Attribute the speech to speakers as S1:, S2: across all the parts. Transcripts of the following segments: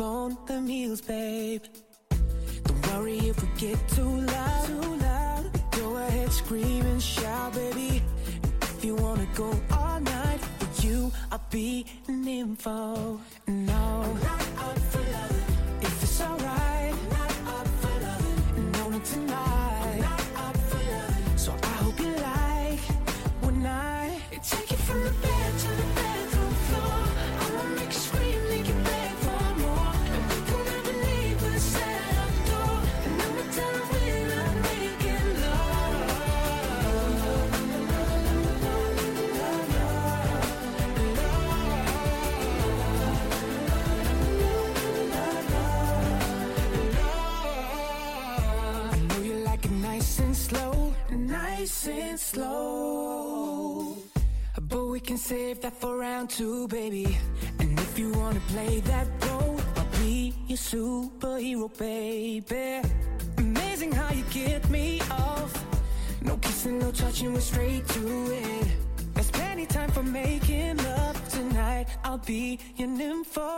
S1: on them heels, babe. Don't worry if we get too loud, too loud. Go ahead, scream and shout, baby. If you wanna go all night, for you, I'll be an info. No, I'm not up for loving. If it's alright, I'm not up for loving. No, not tonight. not up for loving. So I hope you like when I take it from the bed to the bedroom floor. I'ma make you scream, make you beg for more, and we can never leave the setup door. And I'ma tell her we're not making love. I know you like it nice and slow, nice and slow. But we can save that for round two, baby. And if you wanna play that role, I'll be your superhero, baby. Amazing how you get me off. No kissing, no touching, we're straight to it. There's plenty time for making love tonight. I'll be your nympho.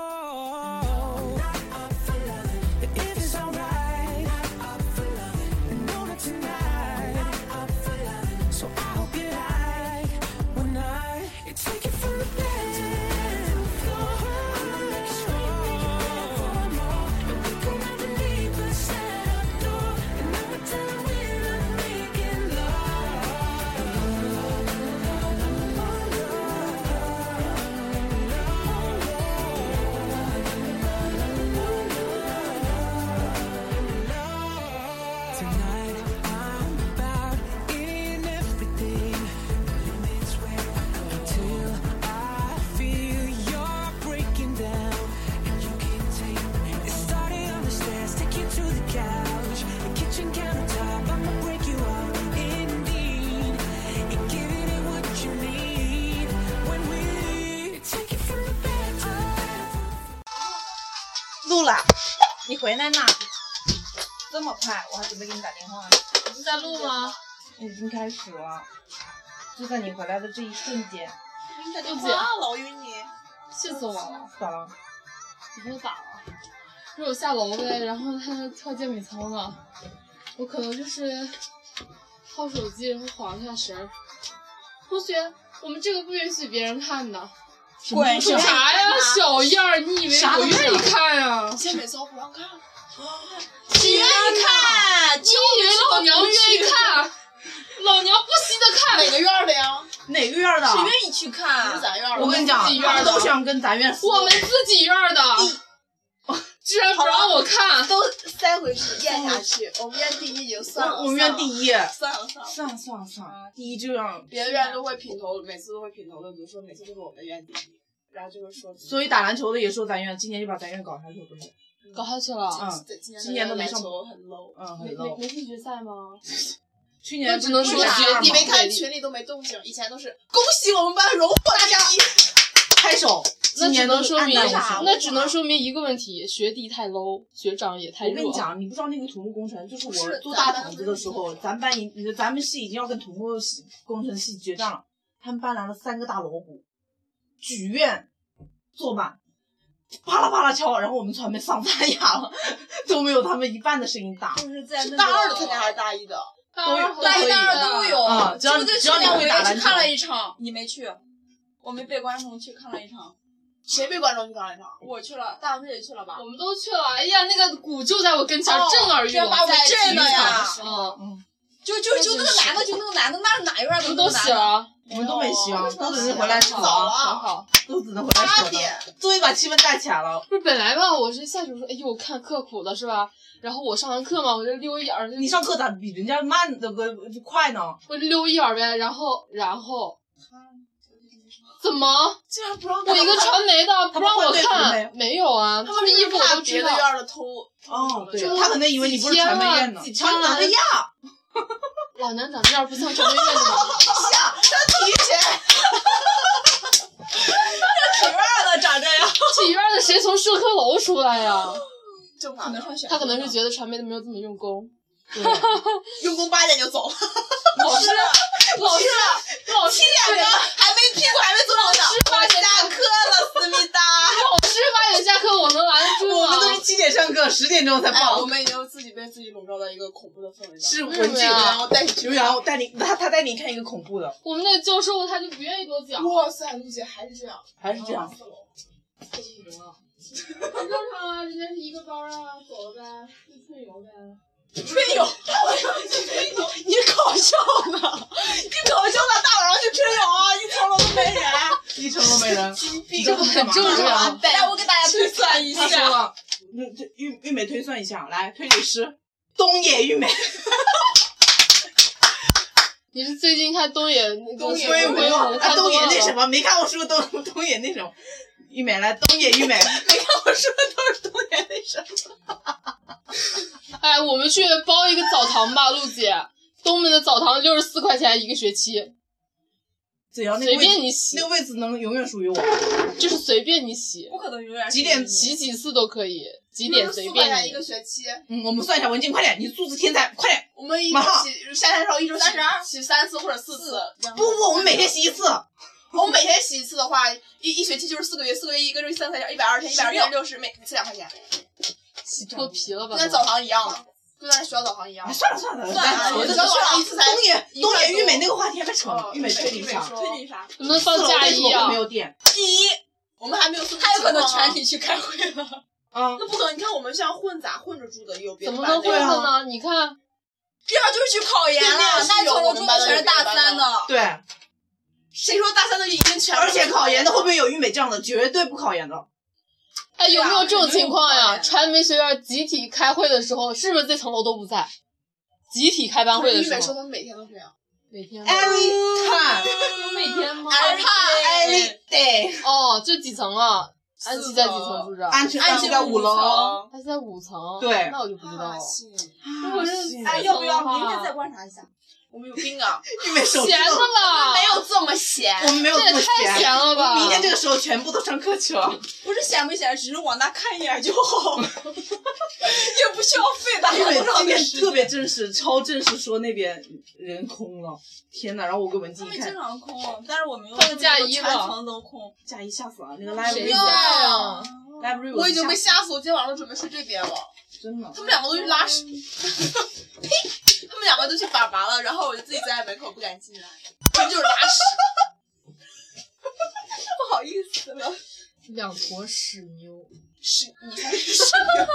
S1: not up for loving. If it's alright, not up for loving. No, not tonight. Not up for loving. So I hope you like when I take it from the bed to the bedroom floor. I'ma make you scream, make you beg for more, and we can never leave the setup door. And I'ma tell her we're not making love. Tonight I'm about in everything. Limits where I go until I feel you're breaking down. And you can take it started on the stairs, take you to the couch, the kitchen countertop. I'ma break you out indeed and giving it what you need when we take it from the bed to the bedroom.
S2: 露啦，你回来啦！这么快，我还准备给你打电话呢。
S3: 不是在录吗？
S2: 已经开始了，就在你回来的这一瞬间，
S4: 你打电
S3: 不
S4: 话
S3: 接
S4: 老晕你，
S3: 气死我了！
S2: 咋了？
S3: 我不咋了，就是我下楼呗，然后他跳健美操呢，我可能就是掏手机，然后晃了一下神儿。同学，我们这个不允许别人看的。
S4: 滚
S3: 什啥呀，小样儿！你以为
S4: 啥
S3: 我
S4: 都不
S3: 愿意看啊呀？
S4: 健美操不让看，不让看，
S3: 谁愿意看？你以为老娘愿意看？老娘不惜的看。
S4: 哪个院儿的呀？
S2: 哪个院儿的？啊
S4: 谁愿意去看？是咱院儿的。
S2: 我跟你讲
S3: 自己，院
S2: 他
S3: 儿
S2: 们
S3: 的
S2: 都想跟咱院儿撕。
S3: 我们自己院儿的，居然不让我看。
S4: 都塞回去咽下 去。我们院第一已经算了，
S2: 我们院第
S4: 一
S2: 一，
S4: 算了算了，
S2: 算了算了算了，第一就让，
S4: 别的院都会评头，每次都会评头论足，说每次都是我们院第一，然后就会说，
S2: 所以打篮球的也说咱院，今年就把咱院搞下去，不是？
S3: 搞下去了，
S2: 嗯
S4: 这今年
S2: 今年都没
S4: 篮
S2: 上
S4: 球很 low。
S2: 嗯，很
S3: 没没
S2: low。
S3: 没进决赛吗？
S2: 去年
S3: 只能
S2: 不是
S3: 说
S2: 打
S3: 学
S2: 嘛
S3: 弟
S4: 你没
S3: 对
S4: 看群里都没动静，以前都是恭喜我们班荣获第一，
S2: 拍手，今
S3: 那只
S2: 年都
S3: 能
S2: 是
S3: 说
S2: 暗
S3: 明，
S2: 淡无
S4: 啥
S2: 情。
S3: 那只能说明一个问题：学弟太 low，学长也太
S2: 我
S3: 弱。
S2: 跟你讲，你不知道那个土木工程，就是
S4: 不是
S2: 我租
S4: 咱
S2: 大
S4: 班
S2: 棚子
S4: 不
S2: 的
S4: 是
S2: 时
S4: 那
S2: 候，咱班已咱们系已经要跟土木系工程系决战了。他们班来了三个大锣鼓，举院坐满，啪啦啪啦敲，然后我们全被嗓子喊哑了， 都没有他们一半的声音大。
S4: 就是在大二的参加还是大一的？
S3: 大二好
S2: 大
S3: 像
S2: 一大
S3: 也
S4: 二都有
S3: 哦
S2: 啊，只要你
S4: 就
S2: 只要你会打篮球，
S4: 一场，你没去，我们被观众去看了一场。谁被观众去看了一场？我去了，大王姐也去了吧
S3: 我？们都去了。哎呀，那个鼓就在我跟
S2: 哦
S3: 前，震耳欲
S4: 居然
S3: 聋，
S4: 把我
S3: 在体
S4: 震
S3: 育
S4: 了
S3: 场
S4: 呀
S3: 的时候
S2: 嗯
S4: 就就就那个男的，就那个男的，那是哪一院
S3: 我
S4: 的？
S3: 们都哦
S4: 那
S3: 行
S4: 个。男的
S3: 啊
S2: 我们都没行
S4: 为，什么
S2: 都只能回来扯
S4: 早
S2: 了，
S3: 好
S4: 啊，
S3: 好。
S2: 都只能回来扯
S4: 八点
S2: 了，终于把气氛带起来了。
S3: 不是本来吧，我是下去我说，哎呦，我看刻苦了是吧？然后我上完课嘛，我就溜一眼儿，
S2: 你上课咋比人家慢的个快呢？
S3: 我溜一眼儿呗。然后，然后怎么？
S4: 竟然不让
S3: 我一个传媒的
S2: 他
S3: 不
S2: 们
S3: 让我
S2: 会对传媒
S3: 看，没有啊，
S4: 他们
S3: 们衣服我
S4: 怕
S3: 都
S4: 别
S3: 知
S4: 的
S3: 道
S4: 院。儿的偷。
S2: 哦，对
S3: 就，
S2: 他可能以为你不是传媒
S4: 啊
S2: 院呢
S3: 几，天
S2: 瞧
S3: 了
S2: 你长得呀，
S3: 老娘长这样不像传媒院的吗？
S4: 像他提前，
S2: 几院了长这样，
S3: 体院的谁从社科楼出来呀、
S4: 正常的。
S3: 他可能是觉得传媒的没有这么用功。
S4: 用功八点就走了，
S3: 老师，老师，老师，
S4: 两个还没屁股还没坐好呢。
S3: 八点
S4: 下课了，思密达。
S3: 老师八点下课我能拦得住吗？
S4: 我们都
S2: 上课十点钟才
S4: 哎，
S2: 放
S4: 我，们已经自己被自己笼罩在一个恐怖的氛围当中。
S2: 是文静
S3: 对啊
S2: 然后带你去，然后带你他他带你看一个恐怖的，
S3: 我们那个教授他就不愿意给我讲，
S4: 哇塞，陆姐还是这样，
S2: 还是这样。
S4: 四楼。
S3: 这是什么？很正常啊，人家是一个班儿啊，走了呗，就春游呗。
S4: 吹牛，你搞笑呢？你搞笑呢？大晚上去吹牛啊？一层楼都没人。
S2: 一成都没人。
S3: 这个很正常。
S4: 来，我给大家推算一
S2: 他说
S4: 下，
S2: 了，嗯，这玉玉美推算一下，来推理师东野玉美，
S3: 你是最近看东野那个
S2: 龟
S3: 龟
S2: 啊
S3: 舞看
S2: 东野
S3: 多了
S2: 那什么没看过书东 东野那什么，玉美来东野玉美没看过书都是东野那什么。
S3: 哎，我们去包一个澡堂吧，陆姐。东门的澡堂六十四块钱一个学期，
S2: 只要那个
S3: 随
S2: 位
S3: 便
S2: 置，
S3: 你洗
S2: 那，个位置能永远属于我。
S3: 就是随便你洗，
S4: 不可能永远
S2: 几点
S3: 洗几次都可以，几点随便
S4: 一
S3: 你
S4: 个。学期，
S2: 嗯，我们算一下，文静，快点，你素质天才，快点！
S4: 我们一
S2: 马上
S4: 洗夏天的时候一周三十二，洗三次或者四次。
S2: 不不，我们每天洗一次，
S4: 我们每天洗一次的话，一一学期就是四个月，四个月一个周三块钱，一百二十天，一百二十天六十，每次两块钱，
S3: 洗脱皮了吧
S4: 就？跟澡堂一样嘛，就跟咱学校澡堂一样
S2: 哎。算了算了，
S4: 算了
S2: 来我这
S4: 算了
S2: 算了
S4: 一次才
S2: 东野
S4: 一
S2: 东
S4: 块
S2: 野
S4: 多
S2: 玉美那个话题还没扯呢
S4: 哦，
S2: 玉美推理
S4: 玉
S2: 一
S4: 美
S2: 下，
S4: 说推理啥？
S3: 能不能放
S2: 四楼
S3: 假
S2: 为什
S3: 一
S2: 么
S3: 啊
S2: 没？有电，
S4: 第一，我们还没有这么他有可能全体去开会了。
S2: 啊，
S4: 那不可能，你看我们像混杂混着住的，有别
S3: 怎
S4: 的
S3: 么
S4: 班
S3: 能
S4: 的
S3: 混
S2: 对啊
S3: 的呢？你看，
S4: 要不就是去考研了，那一层楼住的全是大三的，
S2: 对，
S4: 谁说大三的已经全部
S2: 而且考研的会不会有玉美这样的？绝对不考研的。
S3: 哎，有没有这种
S4: 对啊
S3: 情况
S4: 有没有
S3: 呀？
S4: 这种
S3: 传媒学院集体开会的时候，是不是这层楼都不在？集体开班会的
S4: 玉美
S3: 时
S4: 说
S3: 候，
S4: 他们每天都这 样，
S3: 每
S4: 嗯
S3: 天吗
S2: Every time,
S3: 有 每天吗？
S4: 哎
S2: every day。
S3: 哦，这几层啊？
S4: 四
S3: 安琪在几
S4: 层
S3: 层住着？
S2: 安全安全在五楼，啊
S3: 他在五层，
S2: 对
S3: 那我就不
S4: 啊
S3: 知道了。
S2: 如果是
S4: 哎，要不要明天再
S3: 再
S4: 观察一下？我们有病啊！
S2: 玉美手机
S3: 闲的
S2: 都，
S3: 了，
S4: 没有这么闲，
S2: 我们没有
S3: 这
S2: 这么
S3: 也太闲了吧！
S2: 明天这个时候全部都上课去了。
S4: 不是闲不闲，只是往那看一眼就好， 也不需要费大
S2: 玉美
S4: 多少
S2: 今
S4: 的
S2: 天
S4: 时
S2: 特
S4: 间。
S2: 别正式，超正式，说那边人空了，天呐，然后我跟文
S4: 他
S2: 静一
S4: 们
S2: 看
S4: 经，常空，啊但是我们又
S3: 放假一了
S4: 全层都空。
S2: 佳怡吓死了，那个
S4: 哎
S3: 谁
S2: library
S3: 在啊？
S2: library
S4: 我已经被
S2: 吓
S4: 吓死，我今天晚上都准备睡这边了。
S2: 死真的
S4: 他。们两个都去拉屎，呸！他们两个都去粑粑了，然后我就自己站在门口不敢进来，他们就是拉屎。 不好意思了，
S3: 两坨屎牛，
S4: 屎你才是屎牛，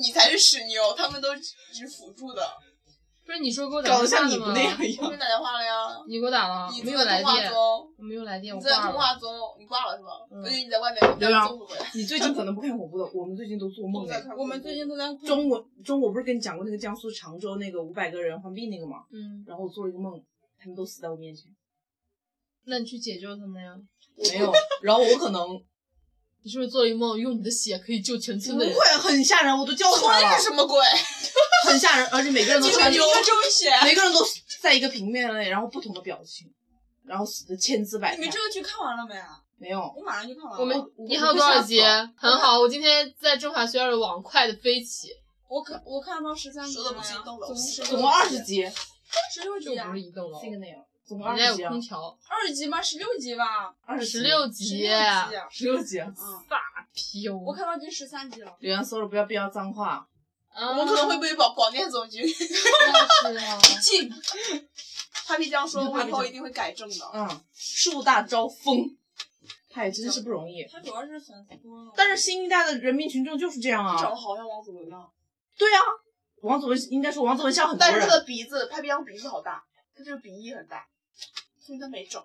S4: 你才是屎牛，他们都只是辅助的。
S3: 不是你说给我
S2: 搞
S3: 打
S2: 得
S3: 电话
S2: 像你
S3: 了
S2: 不
S3: 吗
S2: 那？样一
S4: 我给
S2: 样。
S4: 你打电话了呀，
S3: 你给我打了
S4: 你，
S3: 没有
S4: 在
S3: 来
S4: 通话
S3: 电，
S4: 中，
S3: 我没有来电，
S4: 你
S3: 我
S4: 在
S3: 挂
S4: 通
S3: 了。
S4: 话中，你挂了是吧？
S3: 嗯
S4: 我以为你在外面，我
S2: 刘洋
S4: 送回来。
S2: 你最近可能不看恐怖的，我们最近都做梦了。
S4: 我们最近都在中
S2: 中午中午不是跟你讲过那个江苏常州那个五百个人患病那个吗？
S3: 嗯，
S2: 然后我做了一个梦，他们都死在我面前。
S3: 那你去解救他们呀？
S2: 没有，然后我可能
S3: 你是不是做了一个梦，用你的血可以救全村
S2: 不
S3: 的人？
S2: 会很吓人，我都叫出来
S4: 村
S2: 了
S4: 是，什么鬼？
S2: 很吓人，而且每个人都
S4: 你
S2: 穿
S4: 们
S2: 着
S4: 一个 中学，
S2: 每个人都在一个平面内，然后不同的表情，然后死的千姿百
S4: 你们
S2: 态
S4: 这。个剧看完了没啊？
S2: 没有，
S4: 我马上就看完了。
S3: 我们
S2: 我
S3: 你还有多少集
S2: 我不？
S3: 很好，我今天在政法学院的网快的飞起，
S4: 我看我看到十三集
S5: 说得不激动了
S4: 总共16
S2: 总共二十集，
S4: 十六
S3: 就
S4: 集啊
S3: 不是，一栋楼，
S2: 这个内容，总共
S3: 人
S2: 二
S3: 家
S2: 十集
S3: 有
S2: 啊
S3: 空，调，
S4: 二十集吧，十六集吧，
S2: 二
S3: 十六
S4: 十
S3: 集
S4: 六，集。
S2: 十六集。啊
S4: 嗯，
S3: 皮油，
S4: 我看到第十三集了。
S2: 留言搜了不要不要脏话，
S3: 啊
S4: 我们可能会被广广电总局
S3: 那是啊。
S4: 禁。他必这样说，
S2: 你
S4: 我
S2: 会
S4: 以后一定会改正的。
S2: 嗯，树大招风，他也真是不容易。
S4: 他主要是粉丝多，
S2: 但是新一代的人民群众就是这样
S4: 长
S2: 啊
S4: 得，好像王祖文啊，
S2: 对啊，王祖文应该说王祖文像很多
S4: 但是
S2: 人，
S4: 他的鼻子，拍鼻梁鼻子好大，他这个鼻翼很大，说明他没整。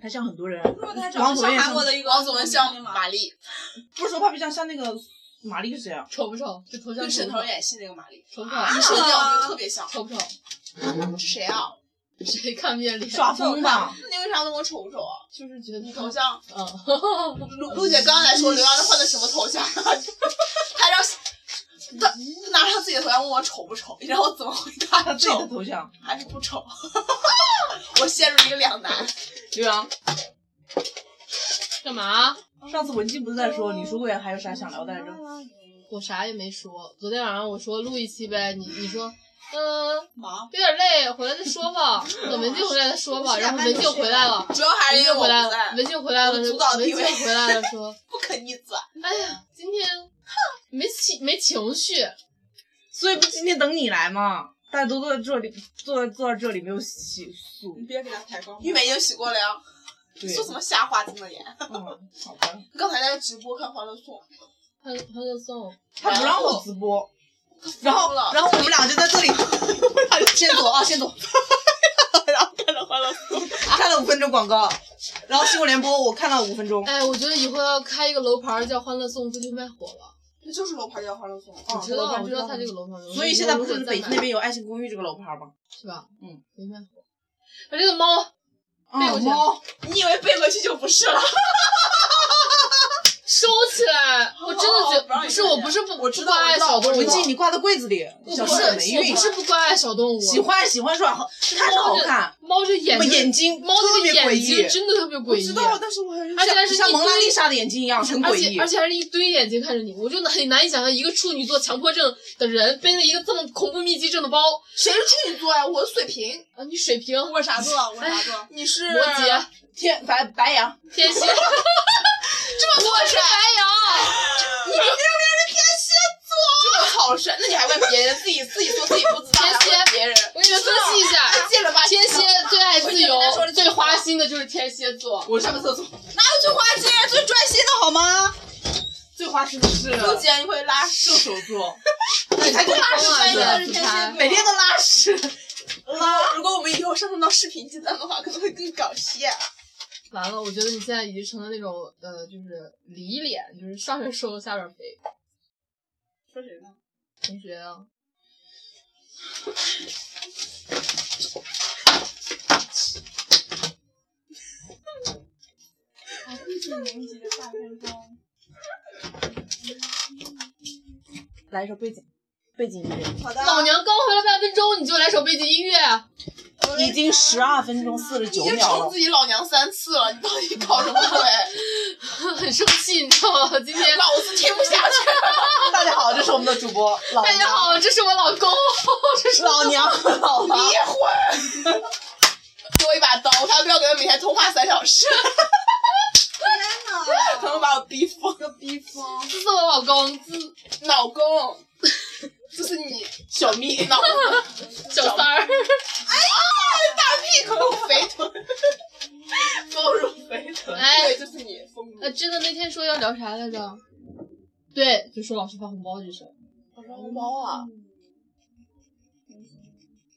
S2: 他像很多人。
S4: 如果他
S2: 嗯
S4: 长得
S2: 王祖文
S4: 像
S2: 也
S4: 韩
S2: 像
S4: 国的一个王祖文像玛丽，
S2: 不是说 Papi 酱像那个玛丽是谁啊？
S3: 丑不丑？这头像
S4: 跟沈
S3: 丑不
S4: 腾
S3: 丑？
S4: 演戏那个玛丽，
S3: 丑不
S4: 一
S3: 丑？
S4: 瞬间啊我觉得特别像。
S3: 丑不丑？
S4: 是谁啊？
S3: 谁看不见脸？
S2: 耍疯吧！
S4: 那为啥那么丑不丑啊？
S3: 就是觉得
S4: 你
S3: 他
S4: 头像，
S3: 嗯，
S4: 陆陆姐刚才说刘洋换的什么头像？ 他让他他拿着自己的头像问我丑不丑，你让我怎么回
S2: 他
S4: 答？
S2: 自己的
S4: 丑
S2: 头像，
S4: 还是不丑？ 我陷入一个两难。
S2: 刘洋，
S3: 干嘛？
S2: 啊
S3: 啊
S2: 上次文静不是在说，你说过还有啥想聊的来着？
S3: 我啥也没说。昨天晚上我说录一期呗，你你说，嗯、
S4: 忙，
S3: 有点累，回来再说吧。等文静回来再说吧。然后文静回 来了，
S4: 主要还
S3: 文
S4: 是因为哎
S3: 静
S4: 我
S3: 回来
S4: 不
S3: 了，
S4: 在，
S3: 文静回来了，
S4: 我
S3: 文
S4: 的
S3: 静
S4: 主导地位
S3: 回来了说，
S4: 不可逆转。
S3: 哎呀，今天没起情没情绪，
S2: 所以不今天等你来嘛？大家都坐在这里，坐坐到这里没有洗漱。
S6: 你别给他抬高。
S4: 玉梅已经洗过了呀，
S2: 对
S4: 说什么瞎话这么严？
S2: 嗯，好吧。
S4: 刚才在直播看《欢乐颂
S3: 他他就送，
S2: 他不让我直播，然后
S4: 疯了
S2: 然后我们俩就在这里，我们俩就 先走啊，先走。然后看了欢乐颂， 看了五分钟广告，然后新闻联播我看了五分钟。
S3: 哎，我觉得以后要开一个楼盘儿叫“欢乐颂”，估计卖火了。”，
S4: 那就是楼盘叫《欢乐颂》。
S2: 哦
S3: 我知道，
S2: 楼盘
S3: 我知道
S2: 知道
S3: 他这个楼盘儿，
S2: 所以现在不是
S3: 如果再
S2: 北京
S3: 买
S2: 那边有爱情公寓这个楼盘吗？
S3: 是吧？
S2: 嗯，
S3: 没卖火。把这个猫
S4: 哎
S3: 背过
S2: 嗯
S3: 去
S2: 猫，
S4: 你以为背回去就不是了？
S3: 收起来，我真的觉
S4: 哦不让
S3: 得
S4: 你
S3: 不
S4: 看
S3: 是，我
S4: 见
S3: 不是不
S4: 我知道
S3: 不爱小动啊物，
S2: 文静，你挂在柜子里，
S3: 我
S2: 小
S3: 不
S2: 时
S3: 是
S2: 候霉
S3: 我
S2: 运
S3: 不。是不关爱小动物，
S2: 喜欢喜欢耍，看着好看，
S3: 猫这眼
S2: 不
S3: 睛，
S2: 眼睛
S3: 猫的
S2: 特别
S3: 眼
S2: 诡
S3: 睛
S2: 异，
S3: 真的特别
S4: 我
S3: 诡异，
S4: 知道，但是我很
S3: 而且还是
S2: 像
S3: 一
S2: 蒙娜
S3: 堆
S2: 丽莎的眼睛一样，很
S3: 而
S2: 诡
S3: 且
S2: 异
S3: 而。且还是一堆眼睛看着你，我就很难以想象一个处女座强迫症的人背了一个这么恐怖密集症的包
S4: 谁是处女座呀？我是水瓶，
S3: 啊！你水瓶、摩
S4: 我是啥座啊？我是啥座？你是
S3: 羯、
S2: 天白白羊，
S3: 天 蝎，这么多是白
S4: 这么草率，那你还问别人？自己自己说自己不知道，
S3: 天蝎
S4: 还问别人？
S3: 羊，我给你们分析一下，
S4: 啊见了吧？
S3: 天蝎最爱自由
S4: 我以为他说、的
S3: 最花心的就是天蝎座。
S2: 我上个厕所。
S4: 哪有最花心、最专心的好吗？
S2: 最花痴的是
S4: 又竟然会拉屎，
S2: 射手座，
S3: 你
S2: 还
S3: 疯
S2: 拉屎
S3: 了，
S2: 摔的
S3: 你
S4: 是
S3: 个
S4: 天蝎
S3: 腐柴
S2: 每天都拉屎。
S4: 拉。如果我们以后上升到视频阶段的话，可能会更搞笑。
S3: 完了，我觉得你现在已经成了那种呃，就是梨脸，就是上边瘦下边肥。
S4: 说谁呢？
S3: 同学啊，
S2: 来一首背景背景音乐，
S4: 好的，
S3: 老娘刚回来半分钟，你就来首背景音乐，啊
S2: 已经十二分钟四十
S4: 你
S2: 九
S4: 已经
S2: 秒
S4: 冲
S2: 了
S4: 自。己老娘三次了，你到底搞什么鬼？
S3: 很生气，你知道吗？今天
S4: 老子听不下去了。
S2: 大家好，这是我们的主播老
S3: 大家哎好，这是我老公， 这是
S2: 老娘老妈
S4: 离。婚，给我一把刀，我还不要给他每天通话三小时，
S6: 天
S4: 可能把我逼疯。
S6: 哪，逼疯！
S3: 这是我老公，这是
S4: 老公，这是你
S2: 小蜜，
S4: 老公
S3: 小三儿，
S4: 屁股肥臀， 丰乳肥臀，
S3: 哎
S4: 对，就是你丰乳。
S3: 呃，真的那天说要聊啥来着？对，就说老师发红包这事儿，
S4: 我说猫啊，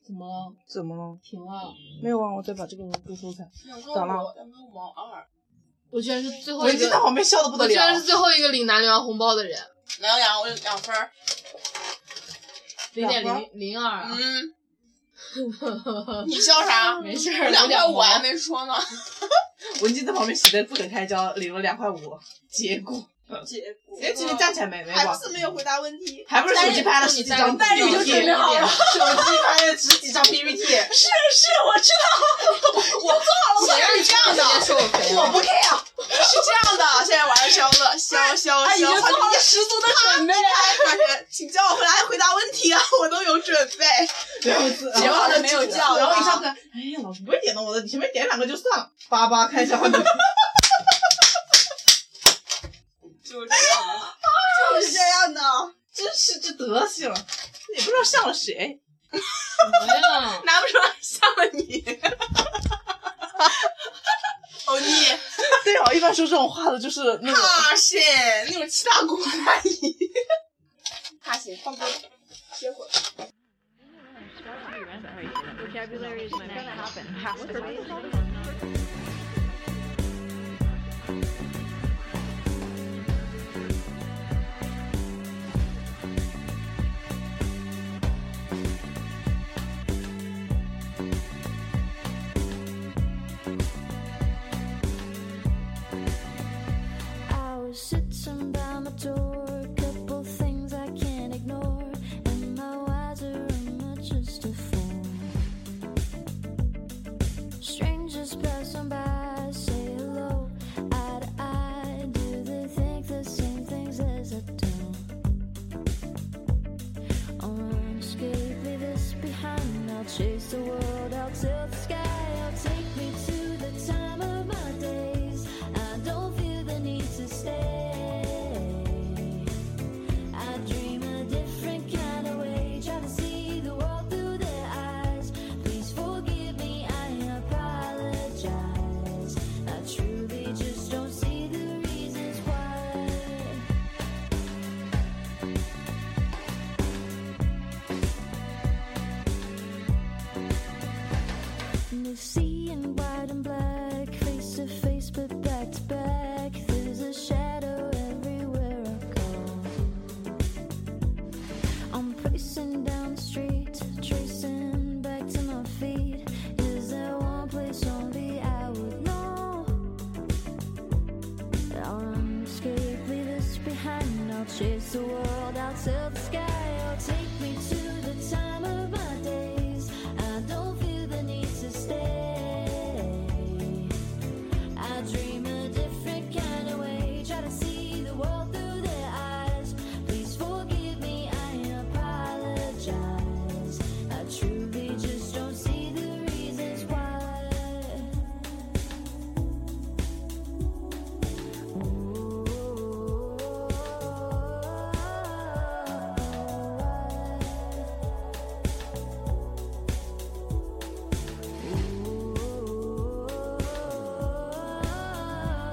S3: 怎么了？
S2: 怎么了？
S3: 停了？
S2: 没有啊，我再把这个给收起来。
S4: 嗯
S2: 咋了？
S4: 然后毛二，
S3: 我居然是最后
S2: 我
S3: 一
S2: 已经在
S3: 个，
S2: 旁边笑的不得
S3: 我居然是
S2: 了。
S3: 最后一个领拿零元红包的人，
S4: 能养我有啊两分儿。
S3: 零点
S2: 两分
S3: 零零二啊，
S4: 嗯， 你笑啥？
S3: 没事
S4: 我
S3: 儿，
S4: 两块
S3: 有点
S4: 五还
S3: 毛。
S4: 没说呢。
S2: 文静在旁边喜得不可开交，领了两块五，结果，
S4: 结果
S2: 哎，今天站起来没？没
S4: 还
S2: 吧
S4: 不？是没有回答问题。
S2: 还不是手机拍了十几张 PPT，
S4: 但是你就准备好了
S2: 手机拍了十几张 PPT，
S4: 是是，我知道，我做好了。是这样的，
S3: 直接说我肥
S2: 我
S3: 了，
S2: 不 care，
S4: 是这样的。现在玩的消乐，消消
S2: 哎，已经
S4: 消，
S2: 做好了十足的准备。
S4: 大学，请叫我回来回答问题啊，我都有准 备。
S2: 然后自
S4: 结果没有叫
S2: 然后一上课，哎呀，老师不会点的，我的前面点两个就算了，叭叭开销。
S4: 就是这样的，
S2: 就是这样的，真是这德行，也不知道像了谁。
S3: 什么呀？
S4: 拿不出来，像了你。欧尼，
S2: 对哦，一般说这种话的就是那个
S4: 哈信那种七大姑八大姨。哈信，放歌，歇会儿。
S7: vocabulary is never gonna happen. Has to happen.
S8: I was sitting by my door, a couple things I can't ignore. Am I wiser am I just a fool? Strangers passing by, hold out till the sky. Oh, take me to the time of my days. I don't feel the need to stay. I dream a different kind of way. Try to see the world through their eyes. Please forgive me, I apologize. I truly just don't see the reasons why.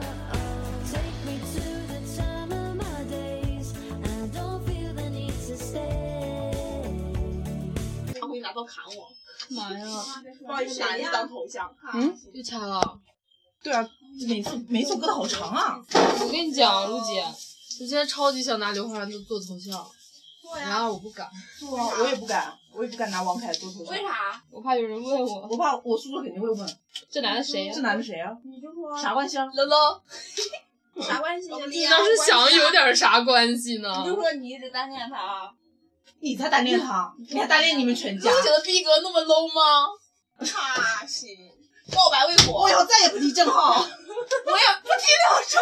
S8: Take me to the time of my days. I don't feel the need to stay.
S4: 他会拿刀砍我，
S3: 妈呀，
S4: 放一个男的当头像。
S9: 嗯，
S3: 又拆了。
S9: 对啊，
S2: 每次每首歌的好长啊，
S3: 我跟你讲，陆姐，我现在超级想拿刘昊然做做头像，
S4: 啊嗯
S3: 然而我不敢，
S2: 对啊，我也不敢，我也不敢拿王凯做头像
S4: 为，啥？
S3: 我怕有人问我
S2: 我怕我叔叔肯定会问，
S3: 这男的谁呀、
S2: 这男的谁啊？
S4: 你就说
S2: 啥关系啊？
S3: 乐乐，
S4: 啥关系？啊
S3: 你
S4: 你
S3: 倒是想有点啥关系呢？
S4: 你就说你一直单恋他，啊
S2: 你才单恋他，你还单恋你们全家？
S4: 的逼格那么 low 吗？他是啊告白未果，
S2: 我以后哦再也不提郑
S4: 我
S2: 浩，
S4: 也不提了，说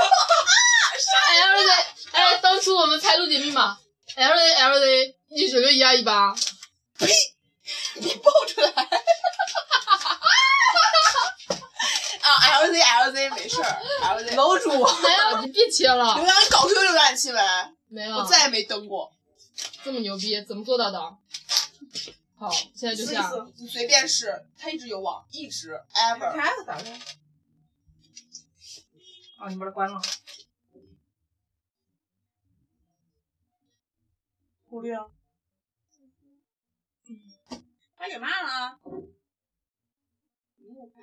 S3: L 的，哎，当初我们猜陆姐密码，L A L A 一九六一二一八，
S4: 你爆出来。啊，L Z L Z 没事儿，L Z
S2: 楼主，
S3: 哎呀，你别切
S4: 刘
S3: 了，
S4: 洋，你搞 QQ 浏览器呗，
S3: 没有
S4: 我，再也没登过，
S3: 这么牛逼，怎么做到的？好，现在 就下，
S4: 你随便试，他一直有网，一直 ever。
S2: 开了咋的？啊，你把它关了。忽略啊，
S4: 他给骂了，啊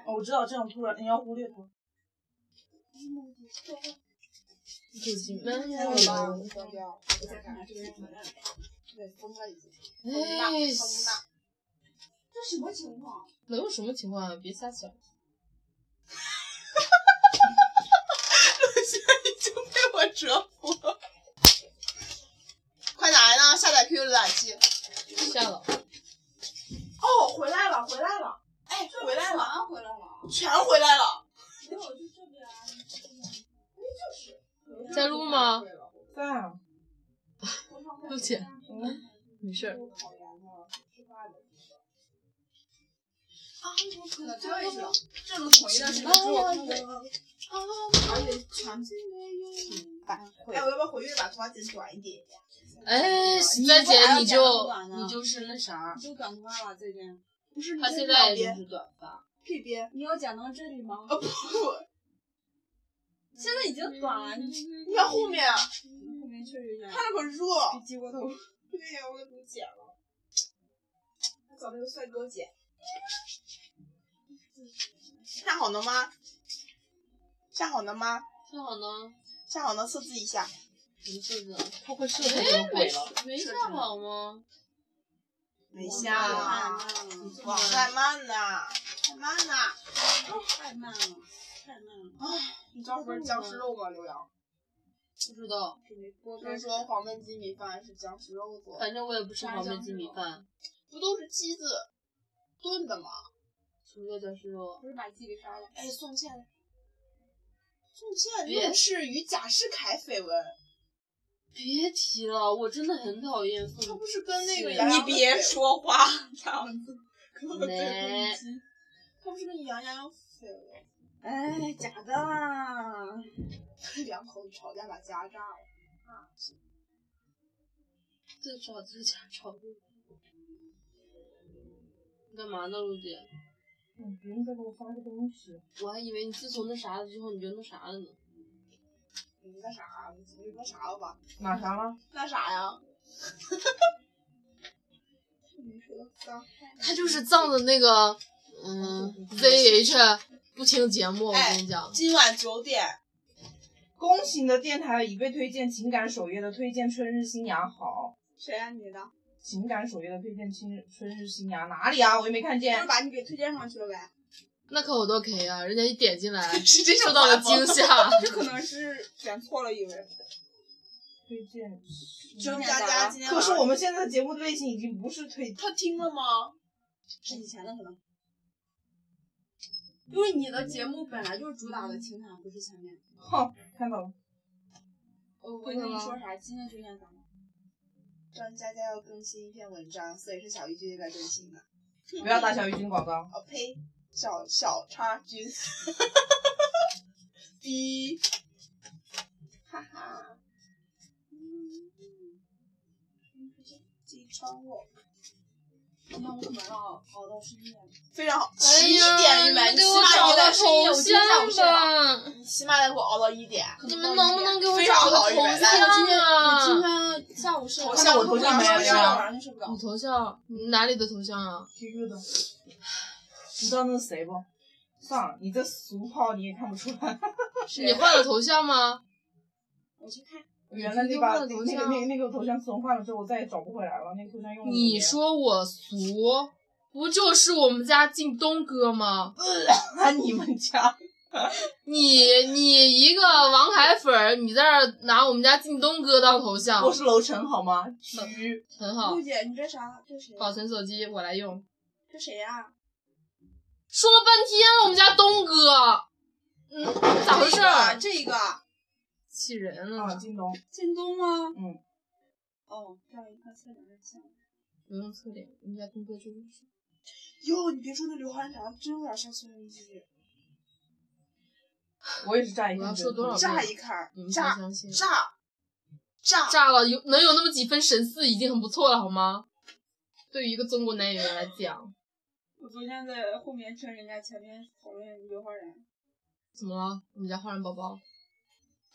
S2: 哦，我知道这样突然你要忽略它。
S3: 手机没
S4: 关
S3: 有吧
S4: 掉，？
S2: 嗯
S4: 关掉，我再看看这个人怎么样。对，封了已经，封了，
S3: 哎，
S4: 封了。这什么情况？
S3: 能有什么情况？啊别瞎想。
S4: 现在已经被我折服了。快哪来呢？下载 QQ 浏览器。
S3: 下了，
S2: 哦，回来了，回来了。
S4: 哎，回来了，
S10: 全回来了，
S4: 全回来了。
S10: 没有就这边，啊哎
S3: 在录吗？
S2: 在啊，
S3: 陆姐，
S2: 嗯，
S3: 没事儿。
S10: 可能
S4: 最后一条，
S10: 这种统一的是只有他们，哦而且全是
S4: 哎，我要不要回去把头发剪短一点？
S3: 哎，再姐你就你就是那啥，
S10: 就短头发了最近。
S4: 不是，
S3: 她现在也
S4: 编
S3: 就是短发，
S4: 屁编。
S10: 你有剪到这里吗？
S4: 啊不，
S10: 现在已经短了，你
S4: 你看后面，啊
S10: 后面确实有点
S4: 看着可热。
S10: 鸡窝头。
S4: 对呀，我给你剪了。找那个帅哥剪。下好了吗？下好了吗？
S3: 正好呢，
S4: 下好了，测字一下。
S3: 没事的。
S9: 他会设定
S2: 哎
S9: 什么鬼了？
S3: 没下好吗？
S4: 没
S10: 太
S4: 下。
S10: 慢了，
S4: 网太慢呐，太慢呐！
S10: 哦太慢了，太慢了。
S4: 你知道什么是僵尸肉吗？刘洋，
S3: 不知道，
S4: 就是说黄焖鸡米饭是僵尸肉做的，
S3: 反正我也不吃黄焖鸡米饭。
S4: 不都是鸡子炖的吗？
S3: 什么叫僵尸肉？
S10: 不是把自己给杀了，
S4: 哎，宋茜，宋茜
S3: 别
S4: 论事与贾世凯绯闻，
S3: 别提了，我真的很讨厌
S4: 她
S3: 宋
S4: 不是跟那个
S3: 是
S2: 哎
S4: 杨洋
S3: 你
S4: 别说话，他
S3: 梅。
S4: 不是跟杨洋绯闻，
S10: 哎，假的啦！
S4: 两口子吵架把家炸了。
S3: 自找自家找路。你干嘛呢，陆姐？
S2: 嗯，别人在给我发个东西。
S3: 我还以为你自从那啥了之后你就那啥了呢。
S4: 你那啥，你那啥了吧？
S2: 哪啥了？
S4: 那啥呀？你说脏。
S3: 他就是藏的那个，嗯，ZH 不听节目，我
S4: 哎
S3: 跟你讲。
S4: 今晚九点，
S2: 恭喜你的电台已被推荐情感首页的推荐《春日新芽》好，
S4: 谁让你的？
S2: 情感首页的推荐《春春日新芽》哪里啊？我又没看
S4: 就
S2: 见
S4: 是。把你给推荐上去了呗。，
S3: 那可我都 K 啊，人家一 点进来
S4: 是这种
S3: 受到了
S4: 画风
S3: 惊吓。
S4: 这可能是选错了一位。
S2: 推荐。
S4: 周佳佳今天
S2: 可
S4: 晚
S2: 是
S4: 上
S2: 我们现在的节目类型已经不是推，
S4: 他听了吗？
S10: 是以前的可能。因为你的节目本来就是主打的情感，不是前面。
S2: 哼，看到了，
S10: 我会跟你说啥？今天九点咱们
S4: 张佳佳要更新一篇文章，所以是小鱼君在更新的。
S2: 不要打小鱼君广告。
S4: 哦呸，小小叉君，逼，哈哈，嗯，击穿我，
S10: 今天我可能要熬到深夜。
S4: 非常好，
S3: 哎
S4: 十一
S3: 呀，
S4: 点你
S3: 你
S4: 们
S3: 们
S4: 起
S3: 给我
S4: 码
S3: 找
S4: 也
S3: 个
S4: 得十一
S3: 头
S4: 点，我今天下午睡
S3: 像
S4: 了，
S3: 吧！
S4: 你起码得给我熬到一点。
S3: 你们能不能给我
S4: 非常
S3: 找个
S4: 好
S3: 头
S4: 原来
S10: 我今
S3: 像
S10: 天
S3: 啊？
S10: 我今天下午睡了，
S4: 头像
S10: 我
S4: 头像
S10: 晚
S4: 没有
S10: 上晚上就睡不着
S3: 你。头像哪里的头像啊？
S2: 体育的，你知道那是谁不？算了，你这俗炮你也看不出来。
S3: 你换了头像吗？
S10: 我去看，
S2: 原来那把那
S3: 你换了
S2: 个
S3: 头
S2: 那
S3: 像
S2: 个那个那个头像自从换了之后，我再也找不回来了。那个头像用了五年
S3: 你，说我俗，不就是我们家靳东哥吗？
S2: 那啊你们家
S3: 你你一个王凯粉儿，你在这儿拿我们家靳东哥当头像
S2: 我，是楼层好吗？鱼，
S3: 很好
S10: 陆。姐，你这啥？这谁？
S3: 保存手机我来用。
S10: 这谁呀？
S3: 说了半天了，我们家东哥，嗯，咋回事
S4: 这
S3: 儿？
S4: 个这个，
S3: 气人
S2: 啊，
S3: 了，
S2: 京东，
S10: 靳东吗？
S2: 嗯。
S10: 哦，这样一看侧脸就像。
S3: 不用侧脸，我们家东哥就是
S4: 哟，你别说那刘昊然长得真有点像孙文姬，
S2: 我也是乍一
S3: 我要
S2: 看觉
S3: 说
S2: 得
S3: 多少遍
S4: 乍一看
S2: 嗯
S3: 你们，才
S4: 乍
S3: 相信。
S4: 乍乍，
S3: 炸了，有能有那么几分神似已经很不错了，好吗？对于一个中国男演员来讲，
S10: 我昨天在后面听人家前面讨论刘昊然，
S3: 怎么了？我们家花人宝宝，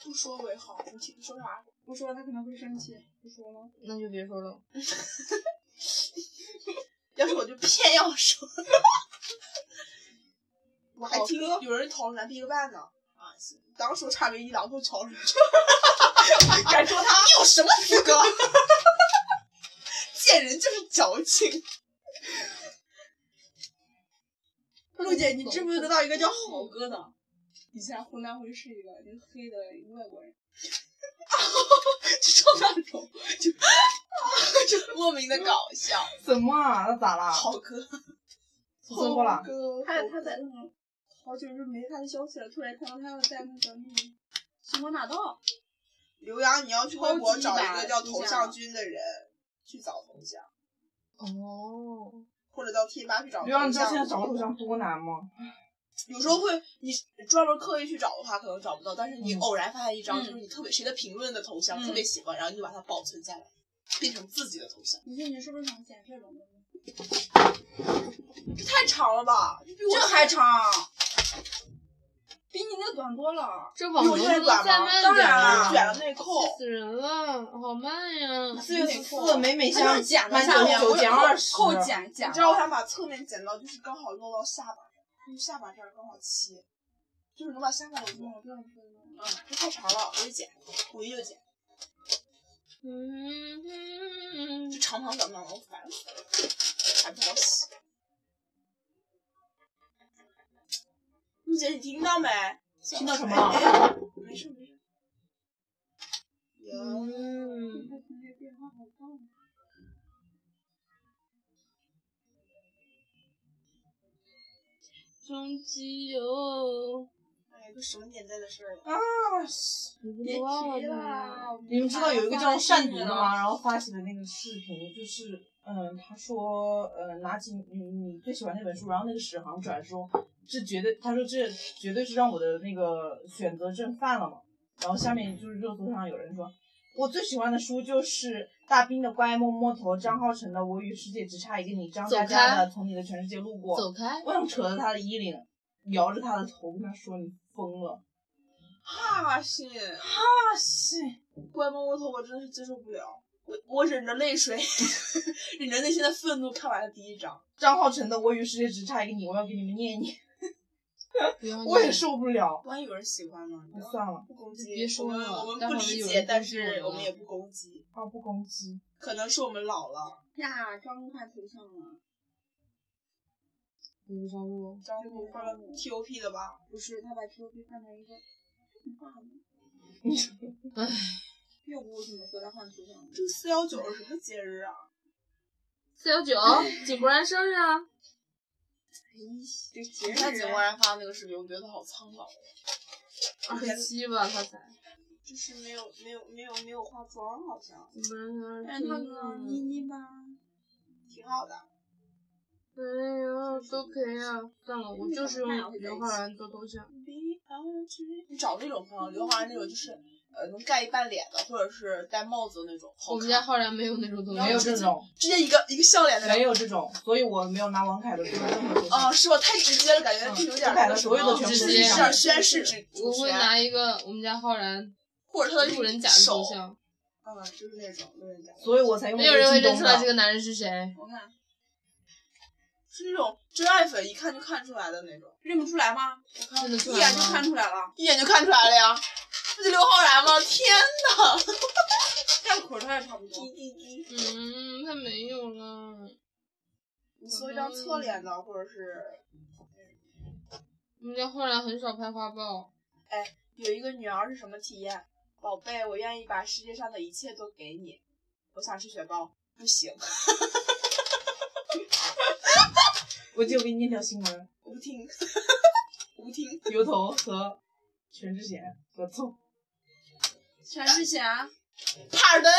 S4: 不说为好，你听说啥？
S10: 不说他可能会生气，不说了。
S3: 那就别说了。
S4: 要是我就偏要说， 我还听有人讨论蓝皮个半呢。啊，行当时我差点一榔头敲出去， 敢说他？你有什么资格？ 见人就是矫情。陆姐，你知不知道一个叫好
S10: 好哥的，以前湖南卫视一个一个黑的外国人，
S4: 就那种，就 就莫名的搞笑。
S2: 什么啊？那咋啦？
S4: 好哥，
S2: 出车祸
S4: 好
S2: 了？
S4: 哥，
S10: 他他在那个啊好久就没他的消息了，突然看到他要在那个那个星光大道，
S4: 刘洋，你要去微博找一个叫头像
S10: 超
S4: 君的人去找头像，
S3: 哦，
S4: 或者到贴吧去找头
S2: 刘
S4: 像。
S2: 洋，你知道现在找个头像多难吗？
S4: 有时候会你专门刻意去找的话，可能找不到，但是你
S2: 嗯
S4: 偶然发现一张，
S10: 嗯
S4: 就是你特别谁的评论的头像、
S10: 嗯
S4: 特别喜欢，然后你就把它保存下来，变成自己的头像。
S10: 你说你是不是想减这种东西？
S4: 这太长了吧？这比我
S10: 这还长，比你那短多了。
S3: 这网络
S4: 有
S3: 速
S4: 点
S3: 度
S4: 短
S3: 再
S4: 吗？
S3: 慢
S4: 当
S3: 点
S4: 然
S3: 啊
S4: 了，卷了内
S3: 气
S4: 扣。
S3: 死人了，好慢呀！
S2: 四月十
S4: 没
S2: 四，
S4: 错
S2: 美美
S10: 他就
S2: 香
S10: 是减了
S2: 满
S10: 下
S2: 九
S10: 面，
S2: 十九
S10: 我
S2: 减二十，
S10: 扣减减
S4: 你知道我想把侧面剪到，就是刚好落到下巴这儿，就是下巴这儿刚好切，就是能把下巴给弄了。嗯，这太长了，我就剪，五一就剪，
S3: 嗯，
S4: 就长长短短的，我烦死了，还不好洗。陆姐，你听到没？
S2: 听到什么
S4: 哎哎没事没事。有
S3: 嗯，终极有，
S4: 哎，都什么年代的事儿了？
S2: 啊！是
S3: 你不
S10: 别
S3: 知道
S10: 提
S3: 的。
S10: 了，
S2: 你们知道有一个叫善毒的吗？然后发起的那个视频就是，嗯，他说，呃，拿起你你最喜欢那本书，然后那个史航转说，这绝对，他说这绝对是让我的那个选择症犯了嘛。然后下面就是热搜上有人说，我最喜欢的书就是大兵的《乖摸摸头》，张浩晨的《我与世界只差一个你》，张嘉佳的《从你的全世界路过》。
S3: 走开！
S2: 我想扯着他的衣领，摇着他的头跟他说：“你疯了
S4: 哈信！”
S2: 啊，是。
S4: 关猫摸头，我真的是接受不了。我我忍着泪水， 忍着内心的愤怒看完了第一章。
S2: 张浩晨的《我与世界只差一个你》，我要给你们念一念，
S3: 不要
S2: 我也
S3: 念
S2: 受不了。
S4: 万一有人喜欢呢？
S2: 那算了，
S4: 不攻击，
S3: 别说了
S4: 我们我
S3: 待会
S4: 们
S3: 儿
S4: 不
S3: 有
S4: 理
S3: 人
S4: 解，但
S3: 攻击
S4: 是
S3: 我们
S4: 我们
S3: 了
S4: 也不攻击。
S2: 啊，不攻击。
S4: 可能是我们老了，
S10: 呀，张璐换头像了，
S3: 你们上路。
S4: 张璐换了 TOP 的吧？
S10: 不是他把 QQ 换成一个。
S3: 唉，
S10: 又不怎么合家欢学校呢。
S4: 这个四幺九是什么节日啊？
S3: 四幺九井柏然生日啊！
S10: 这节
S2: 你看
S10: 日
S2: 井柏然发那个视频，我觉得他好苍老。
S3: 二十七吧，他才。
S4: 就是没有没有没有没有化妆，好像
S3: 井柏然
S10: 让哎他
S3: 生
S10: 们
S3: 日
S10: 妮妮吧，
S4: 挺好的。
S3: 哎呀，都可以啊，算了，我就是用刘昊然做啊头像。
S4: B L G，你找那种朋友，刘昊然那种就是呃能盖一半脸的，或者是戴帽子的那种，好
S3: 我们
S4: 看
S3: 家昊然没有那种东西，
S2: 没有这种，
S4: 直接一个一个笑脸的
S2: 没有这种，所以我没有拿王凯的做任何头像。
S4: 啊，是吧？太直接了，感觉
S2: 嗯
S4: 有点哦
S2: 他改了所有的
S3: 全部
S4: 是
S3: 都是
S4: 是
S3: 这样
S4: 虽然是指主
S3: 我会
S4: 权，
S3: 拿一个我们家昊然
S4: 或者他的
S3: 路人甲的
S4: 手
S3: 头，像，
S4: 嗯，就是那种路人甲，
S2: 所以我才用
S3: 没有人会认
S2: 京东
S3: 出来这
S2: 的。
S3: 个男人是谁。
S10: 我看
S4: 是那种真爱粉，一看就看出来的那种，
S10: 认不出来吗？
S3: 看得出
S10: 一
S3: 来啊
S10: 眼就
S3: 吗？
S10: 看出来了。
S4: 一眼就看出来了呀。不就刘昊然吗？天呐！
S10: 但口上也差不多。
S3: 嗯，他没有了。
S4: 你搜一张侧脸的，或者是
S3: 我们家昊然很少拍花豹。
S4: 有一个女儿是什么体验？宝贝，我愿意把世界上的一切都给你。我想吃雪糕，不行，
S2: 我记得我给你念条新闻：
S4: 我不听， 我不听。
S2: 刘头和全智贤合作，
S10: 全智贤
S4: 帕尔登，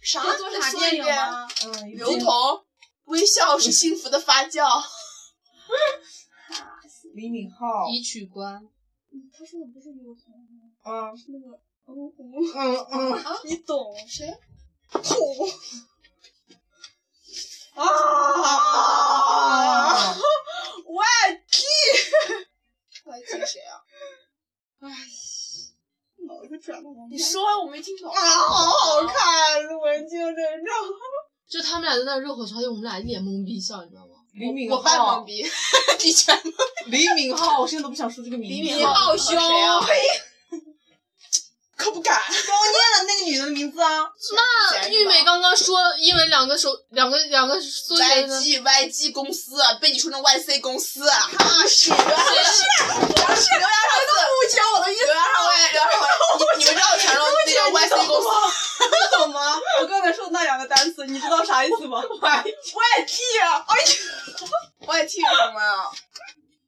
S4: 啥？
S10: 他做啥
S4: 再说
S10: 电
S4: 一
S10: 影
S4: 遍
S10: 啊？
S2: 嗯，一个
S4: 刘同，微笑是幸福的发酵。
S2: 李敏镐，
S3: 一曲关，
S10: 他说的不是刘同吗？
S2: 嗯
S10: 是那个
S2: 嗯嗯，
S10: 你懂谁？
S4: 啊！
S2: 啊，
S4: 外地，外地谁啊？
S10: 脑子转到我
S4: 你
S10: 们家。
S4: 说完我没听懂。
S2: 啊，好好看，陆文静这种。
S3: 就他们俩在那热火朝天，我们俩一脸懵逼笑，你知道吗？
S2: 李敏
S4: 我半懵
S2: 镐，
S4: 逼，你全懵。
S2: 李敏镐， 我现在都不想说这个名字。
S4: 李敏
S2: 镐，
S4: 镐
S3: 凶
S4: 谁啊？可不敢。
S9: 念了那个女的的名字啊，
S4: 那
S3: 玉美刚刚说，因为两个手，两个两个缩写的
S4: YG YG 公司被你说成 YC 公司，哈是刘洋是刘是刘洋上次误解我的意思，刘洋上位，刘洋上位，你你们知道全龙那个 YC 公司
S9: 你懂吗？我刚才说的那两个单词，你知道啥意思吗？
S4: YT 啊，哎呀，YT 是什么呀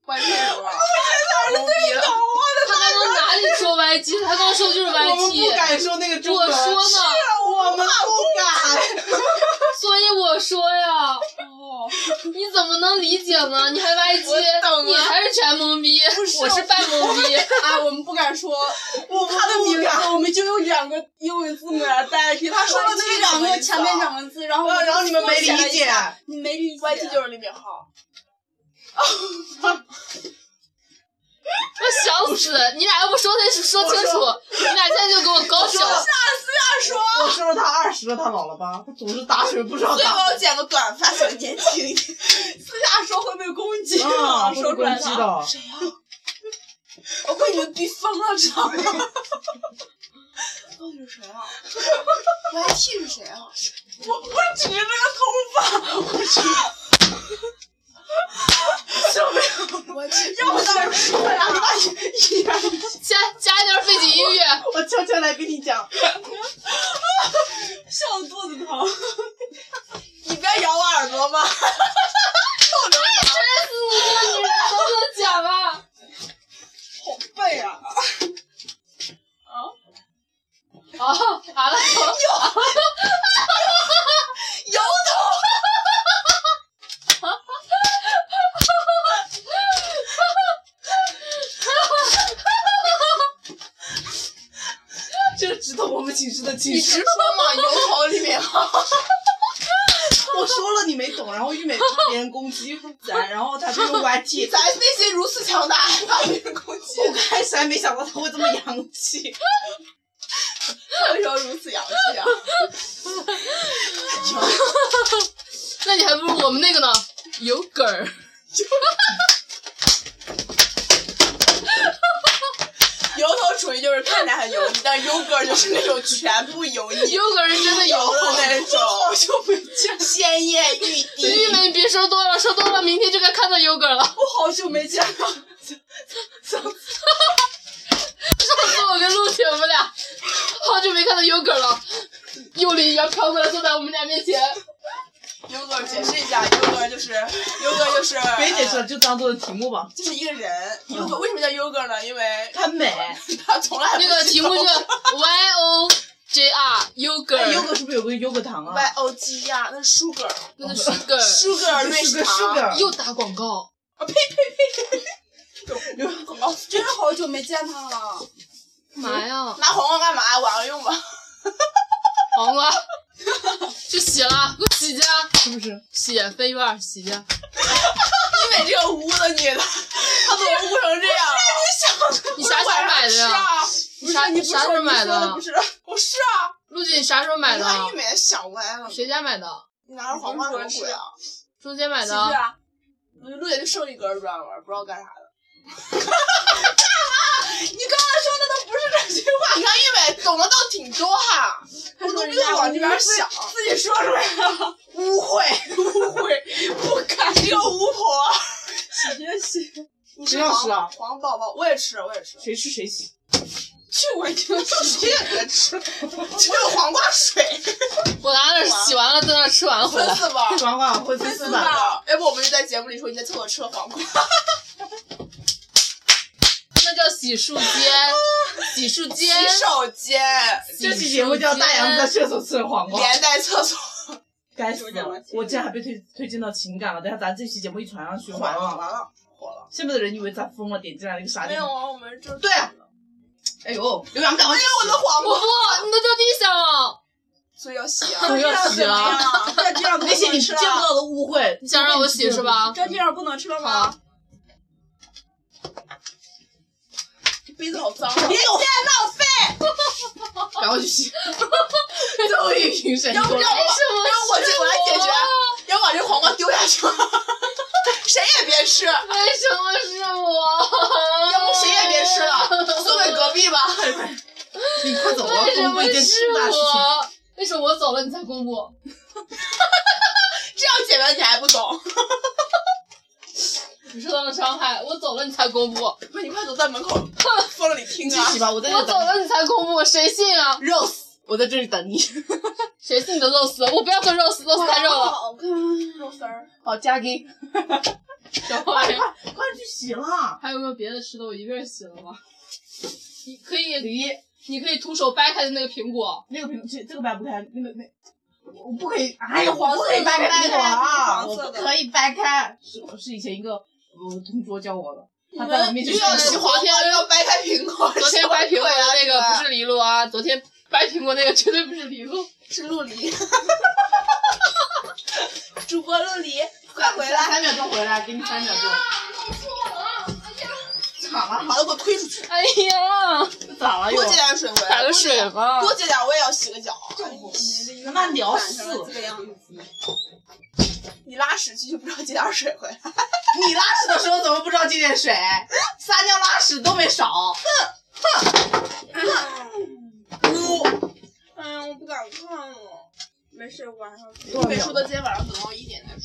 S4: ？YT 是什么？牛逼了！
S3: 他刚刚哪里说 YG？他刚刚说的就是
S2: 我们
S3: YG。
S2: 不敢说那个中
S3: 我
S2: 文，
S3: 说呢，
S2: 我们不敢。
S3: 所以我说呀，
S10: 哦，
S3: 你怎么能理解呢？你还 YG，你还是全懵逼，我是半懵逼。
S10: 啊，我们不敢说，
S2: 我
S10: 他的名字，我们就用两个英文字母来代替。他说的那两个前面两个字，然后我
S2: 呃然后你们没理
S10: 缩写了一
S2: 解
S10: 下，你没理解。
S4: YT 就是李敏镐，
S3: 我想死，你俩又不说清楚，说清楚，你俩现在就给我高手。
S2: 我说了他二十了，他老了吧？他总是打水不知道
S4: 所以
S2: 打。
S4: 我要剪个短发，显得年轻一点。
S10: 私下说会被攻击
S2: 啊，
S10: 说出来
S2: 攻击的，
S4: 谁呀？我被你们逼疯了，知道吗？到底是谁啊？YT 是谁啊？
S10: 只是那个头发，
S4: 我要不当时说呀，
S3: 加加一段背景音乐，
S2: 我悄悄来跟你讲，
S10: 笑肚子疼。
S4: 你不要咬我耳朵吗？
S3: 你们能不能讲啊？
S4: 背啊！
S3: 哦，完了，
S4: 摇头。
S2: 这指导我们寝室的寝
S4: 你
S2: 室
S4: 直。说嘛，油头里面好。
S2: 我说了你没懂，然后玉美怕别人攻击咱，然后他就用 YT。
S4: 咱内心如此强大，还把别人攻击，
S2: 我开始还没想到他会这么洋气，
S4: 为什么如此洋气啊？
S3: 那你还不如我们那个呢，有梗儿。
S4: 油头属于就是看着很油腻，但优格就是那种全部油腻，
S3: 有梗是真的有
S4: 油的那种，
S2: 好久没见，
S4: 鲜艳欲
S3: 玉
S4: 滴。
S3: 美，你别说多了，说多了明天就该看到有梗了。
S2: 我好久没见了。
S3: 上次我跟陆婷我们俩，久没看到 yogurt 了，幽灵一样飘过来坐在我们俩面前。
S4: 优哥解释一下，优哥就是优哥就是呃
S9: 别解释了，就当做题目吧。
S4: 就是一个人。优哥为什么叫优哥呢？因为
S2: 它美，
S4: 他从来不
S3: 那个
S4: 知
S3: 题目
S4: 道
S3: 是 Y O J R yogurt，、
S2: 哎优格是不是有个优格糖啊？
S4: Y O G R，那是 sugar
S3: 那个 sugar
S4: sugar 瑞士糖。
S2: sugar，
S3: 又打广告，
S4: 广告
S10: 真的好久没见他了。
S3: 干嘛呀？
S4: 拿黄瓜干嘛？晚上用吧。
S3: 黄瓜去洗了，给我洗去，是不是？洗飞院儿洗去，
S4: 因 为这个污的女的，她怎么污成这样了？
S3: 你啥时候买的呀？
S4: 不是
S3: 你啥
S4: 啊，
S3: 你啥时候买
S4: 的？
S3: 的
S4: 不？是，我是啊，
S3: 陆姐，你啥时候买
S4: 你
S3: 的？啊
S4: 看玉美想歪了，
S3: 谁家买的？
S4: 你拿着黄瓜什么鬼啊？
S3: 中间买
S4: 是
S3: 的。
S4: 啊，我就陆姐就剩一根儿软了，不知道干啥的。你刚刚说的都不是这句话，你看玉美懂得倒挺多哈，我都没有往这边想，自己说出来了，污秽，污秽，不敢，这个巫婆，你这
S2: 谁
S4: 是
S2: 要
S4: 黄
S2: 吃啊
S4: 黄宝宝，我也吃，我也吃，
S2: 谁吃谁洗。
S4: 去我就谁也别吃，只有黄瓜 水，
S3: 我拿那儿洗完了，在那儿吃完了回
S4: 分
S3: 来。
S4: 四包，
S2: 吃黄瓜会分
S4: 分
S2: 丝
S4: 四
S2: 吧？
S4: 包，哎要不我们就在节目里说你在厕所吃了黄瓜。
S3: 那叫洗漱间，洗漱
S4: 洗
S3: 间，
S4: 手间
S2: 这期节目叫《大洋在厕所吃了黄瓜》，
S4: 连带厕所
S2: 该死了！我竟然还被推推荐到情感了，等下咱这期节目一传上去，
S4: 完了
S2: 完了，
S4: 完了火了。
S2: 下面的人以为咱疯了，点进来了一个傻
S4: 没
S2: 逼。
S4: 有啊，我们就
S2: 对啊哎呦，刘洋赶快
S4: 没有我的黄
S3: 我
S4: 瓜，
S3: 不，你都掉地上了。
S4: 所以要洗啊。
S2: 不要洗了，
S10: 再这样不
S2: 那些你
S10: 能
S2: 见不
S10: 吃了，
S2: 到的误会，
S3: 你想让我洗是吧？
S10: 再这样不能吃了吗？
S4: 这杯子好脏啊！别
S2: 赶快去洗。终于评审
S4: 要不
S2: 说
S4: 要我
S3: 没什么，
S4: 让我去，我来解决。要把这个黄瓜丢下去吗？ 谁也别吃，要
S3: 为什么是我？
S4: 不谁也别吃了，送给隔壁吧。
S2: 你快走了，
S3: 为什
S2: 公布
S3: 么
S2: 一件
S3: 是
S2: 重大事情。
S3: 我？为什么我走了你才公布？
S4: 这样解完你还不懂？
S3: 你受到了伤害，我走了你才公布，我
S4: 不，你快走，在门口风里听
S2: 你去
S4: 啊！
S2: 洗吧，我在这里
S3: 走
S2: 等你。
S3: 了你才公布，谁信啊？
S2: Rose，我在这里等你。
S3: 谁信你的肉丝？我不要做肉丝，肉丝太肉了，
S4: 哦
S10: 好看，肉丝儿。
S2: 好，加给，
S3: 什么玩意儿？
S2: 快去洗了。
S3: 还有没有别的吃的？我一个人洗了吧。你可以，
S2: 梨，
S3: 你可以徒手掰开的那个苹果，
S2: 那个苹这这个掰不开，那个那我不可以，哎呀，
S10: 黄色
S2: 我不可以掰开
S10: 的
S2: 那个啊，
S10: 黄
S2: 我
S10: 色的
S2: 不可以掰开，是我是以前一个我同桌教我的，他在我面前
S4: 又要
S2: 说
S4: 洗黄瓜，又要掰开苹果。
S3: 昨天掰苹果的那
S4: 什么鬼啊
S3: 个不是梨露啊，昨天掰苹果那个绝对不是梨露。
S4: 是陆 离，主播陆离，快回来！
S2: 三秒钟回来，给你三秒钟，咋了？
S4: 好了，给我推出去，
S3: 哎呀，
S2: 咋了又
S4: 多？接点水回来，
S3: 哎打个水啊吧。
S4: 多接点，我也要洗个脚。啊
S2: 咱们聊死，
S4: 你拉屎去就不知道接点水回来，
S2: 你拉屎的时候怎么不知道接点水？撒尿拉屎都没少，
S10: 哎呀，我不敢看了。没事，晚上
S2: 多少
S4: 美
S2: 秒
S4: 术？都今天晚上等到一点再说。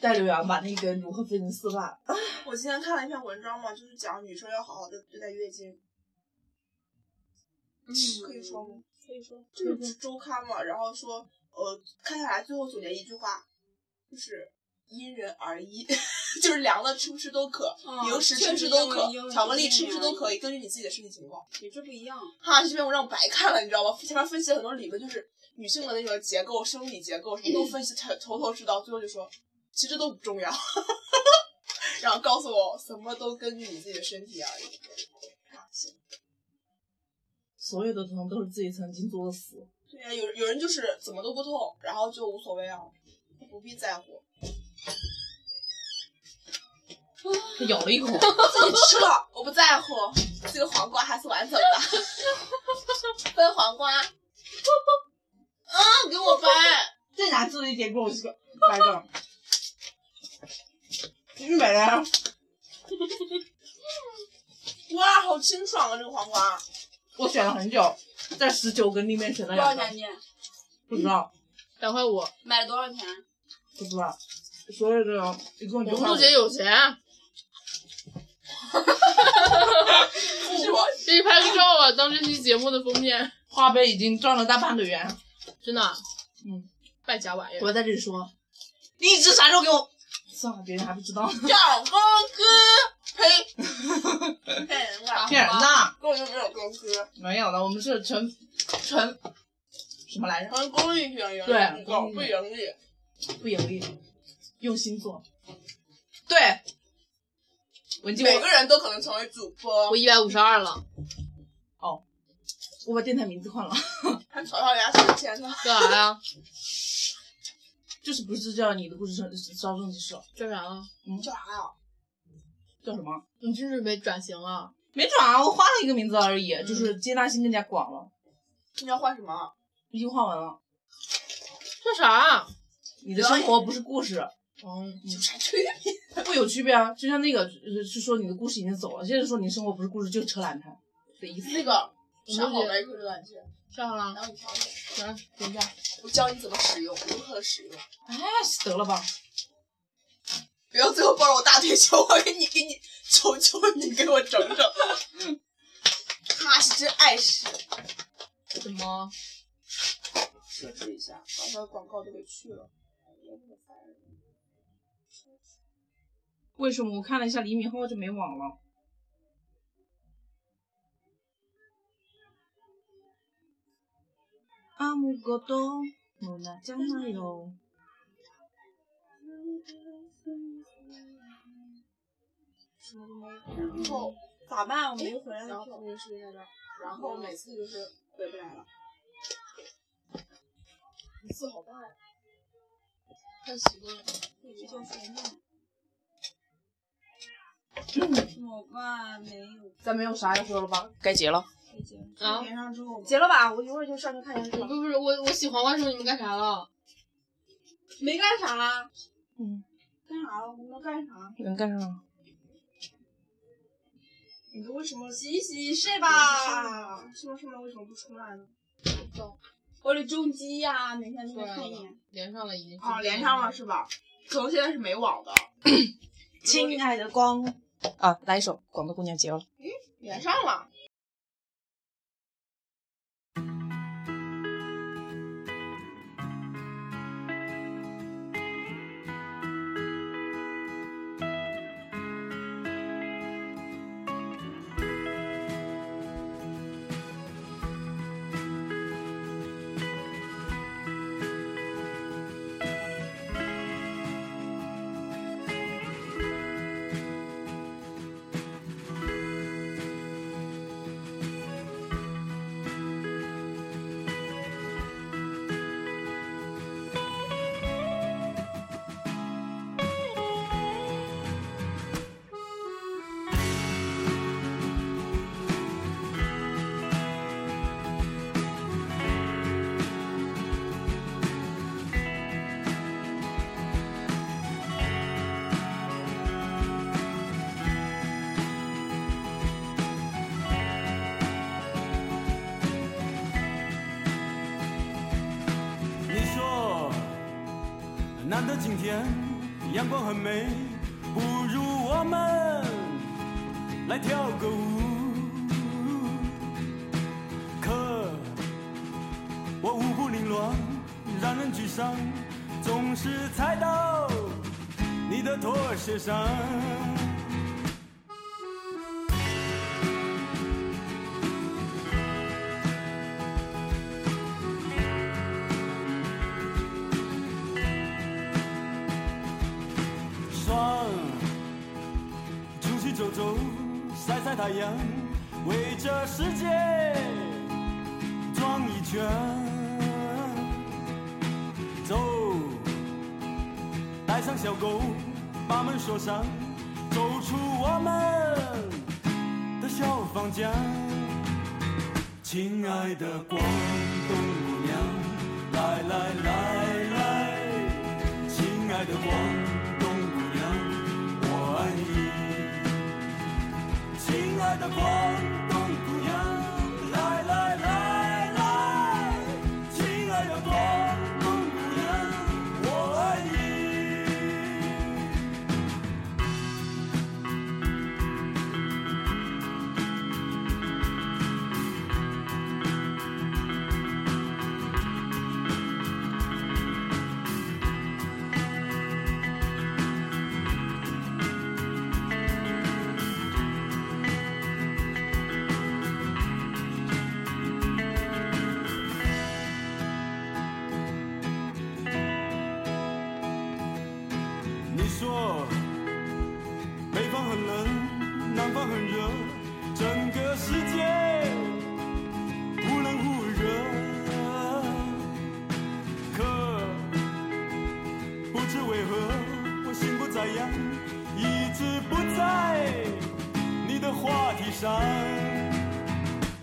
S2: 带刘洋把那个如何分成四瓣，
S4: 我今天看了一篇文章嘛，就是讲女生要好好的对待月经。
S10: 嗯
S4: 可以说吗？可以说，就是周刊嘛，然后说，呃，看下来最后总结一句话，就是因人而异， 就是凉的吃不吃都可，
S10: 嗯
S4: 零食吃
S10: 确
S4: 不
S10: 实
S4: 吃都
S10: 因为
S4: 可
S10: 因，为
S4: 巧克力
S10: 因
S4: 吃
S10: 人
S4: 不吃
S10: 而
S4: 都
S10: 异
S4: 可以，根据你自己的身体情况。
S10: 你这不一样。
S4: 哈，这篇文章白看了，你知道吗？前面分析了很多理论，就是女性的那种结构、生理结构什么都分析头头头是道，最后就说其实都不重要， 然后告诉我什么都根据你自己的身体而已。啊行
S2: 所有的疼都是自己曾经作的死。
S4: 对呀、有有人就是怎么都不痛，然后就无所谓啊，不必在乎。
S2: 他咬了一口，
S4: 自己吃了，我不在乎，这个黄瓜还是完整的，分黄瓜。 啊，给我掰！
S2: 这哪至于点给我这个白个？你买的？
S4: 哇，好清爽啊，这个黄瓜。
S2: 我选了很久，在十九根里面选了
S10: 多少
S2: 两个，
S10: 钱你？
S2: 不知道，
S3: 两块五，
S10: 买了多少钱？
S2: 不知道。所有的一共
S3: 我
S2: 九
S3: 们
S2: 块
S3: 陆
S2: 五。
S3: 姐有钱，给你拍个照吧，当这期节目的封面，
S2: 花呗已经赚了大半个月。
S3: 真的。
S2: 嗯，
S3: 败家玩意儿。
S2: 我在这里说，
S9: 荔枝啥时候给我？
S2: 算了，别人还不知道。
S4: 小峰哥，呸！骗人吧，
S2: 骗人的，
S4: 根本就没有峰哥，
S2: 没有的，我们是纯纯什么来着？
S4: 我们公益型盈
S2: 对
S4: 利机构，不盈利。
S2: 不盈利，用心做。
S9: 对，文静，
S4: 每个人都可能成为主播
S3: 我。一百五十二了，
S2: 我把电台名字换了，
S4: 还嘲笑人家存钱呢，
S3: 干啥呀？
S2: 就是不是叫你的故事招招正式了，
S3: 这啥啊？
S4: 你叫啥呀？
S2: 叫什么？
S3: 你是不是没转型啊？
S2: 没转啊，我换了一个名字而已，就是接纳性更加广了，
S4: 你要换什么？
S2: 已经换完了。
S3: 这啥？啊
S2: 你的生活不是故事，
S3: 嗯，
S4: 有啥区别？
S2: 会有区别啊。就像那个呃是说你的故事已经走了，现在说你生活不是故事，就是扯懒谈的意思。
S4: 那个
S3: 我
S4: 啥
S3: 们
S4: 好
S3: 也
S4: 白克这软件，
S3: 上了，
S4: 然后你调整，
S3: 行，等一下，
S4: 我教你怎么使用，如何使用。
S2: 哎，得了吧，
S4: 不要最后抱着我大腿求我，给你给你求求你给我整整。 他是真碍事，
S3: 怎么？
S4: 设置一下，把他的广告都给去了。
S2: 为什么我看了一下厘米后就没网了？阿姆戈多，木纳江奈哟。
S4: 然后
S10: 咋办？我
S4: 没
S10: 没回来
S4: 然
S10: 的
S4: 后
S10: 时候
S4: 我，们视频在这儿，然后每次就是回不来了。一次好大呀！
S3: 太习惯了。
S10: 这就是梦。我爸没有
S2: 咱没有啥要说了吧？该结了。
S10: 开结，
S3: 啊
S10: 连上之后结了吧？我一会儿就上去看电视
S3: 不是不是，我我洗黄瓜的时候你们干啥了？
S10: 没干啥啦，
S2: 嗯，
S10: 干啥了？我们干啥？
S2: 能干啥？
S10: 你为什么洗洗睡吧？说什么为什么不出来呢？我得重击呀、每天都
S3: 出
S10: 得
S3: 来
S10: 看一
S3: 了
S10: 眼。，
S3: 连上了已经。
S4: 啊，连上了。是吧？可能现在是没网的，
S9: 亲爱的光啊，来一首《广东姑娘》结了。
S4: 连上了。
S11: 你说，难得今天阳光很美，不如我们来跳个舞。可我舞步凌乱，让人沮丧，总是踩到你的拖鞋上。爽，出去走走，晒晒太阳，围着世界转一圈。走，带上小狗，把门锁上，走出我们的小房间。亲爱的广东姑娘，来来来来。亲爱的广东姑娘，我爱你。亲爱的广东姑娘，来来来来，亲爱的广东姑娘，我爱你。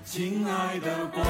S11: 亲爱的广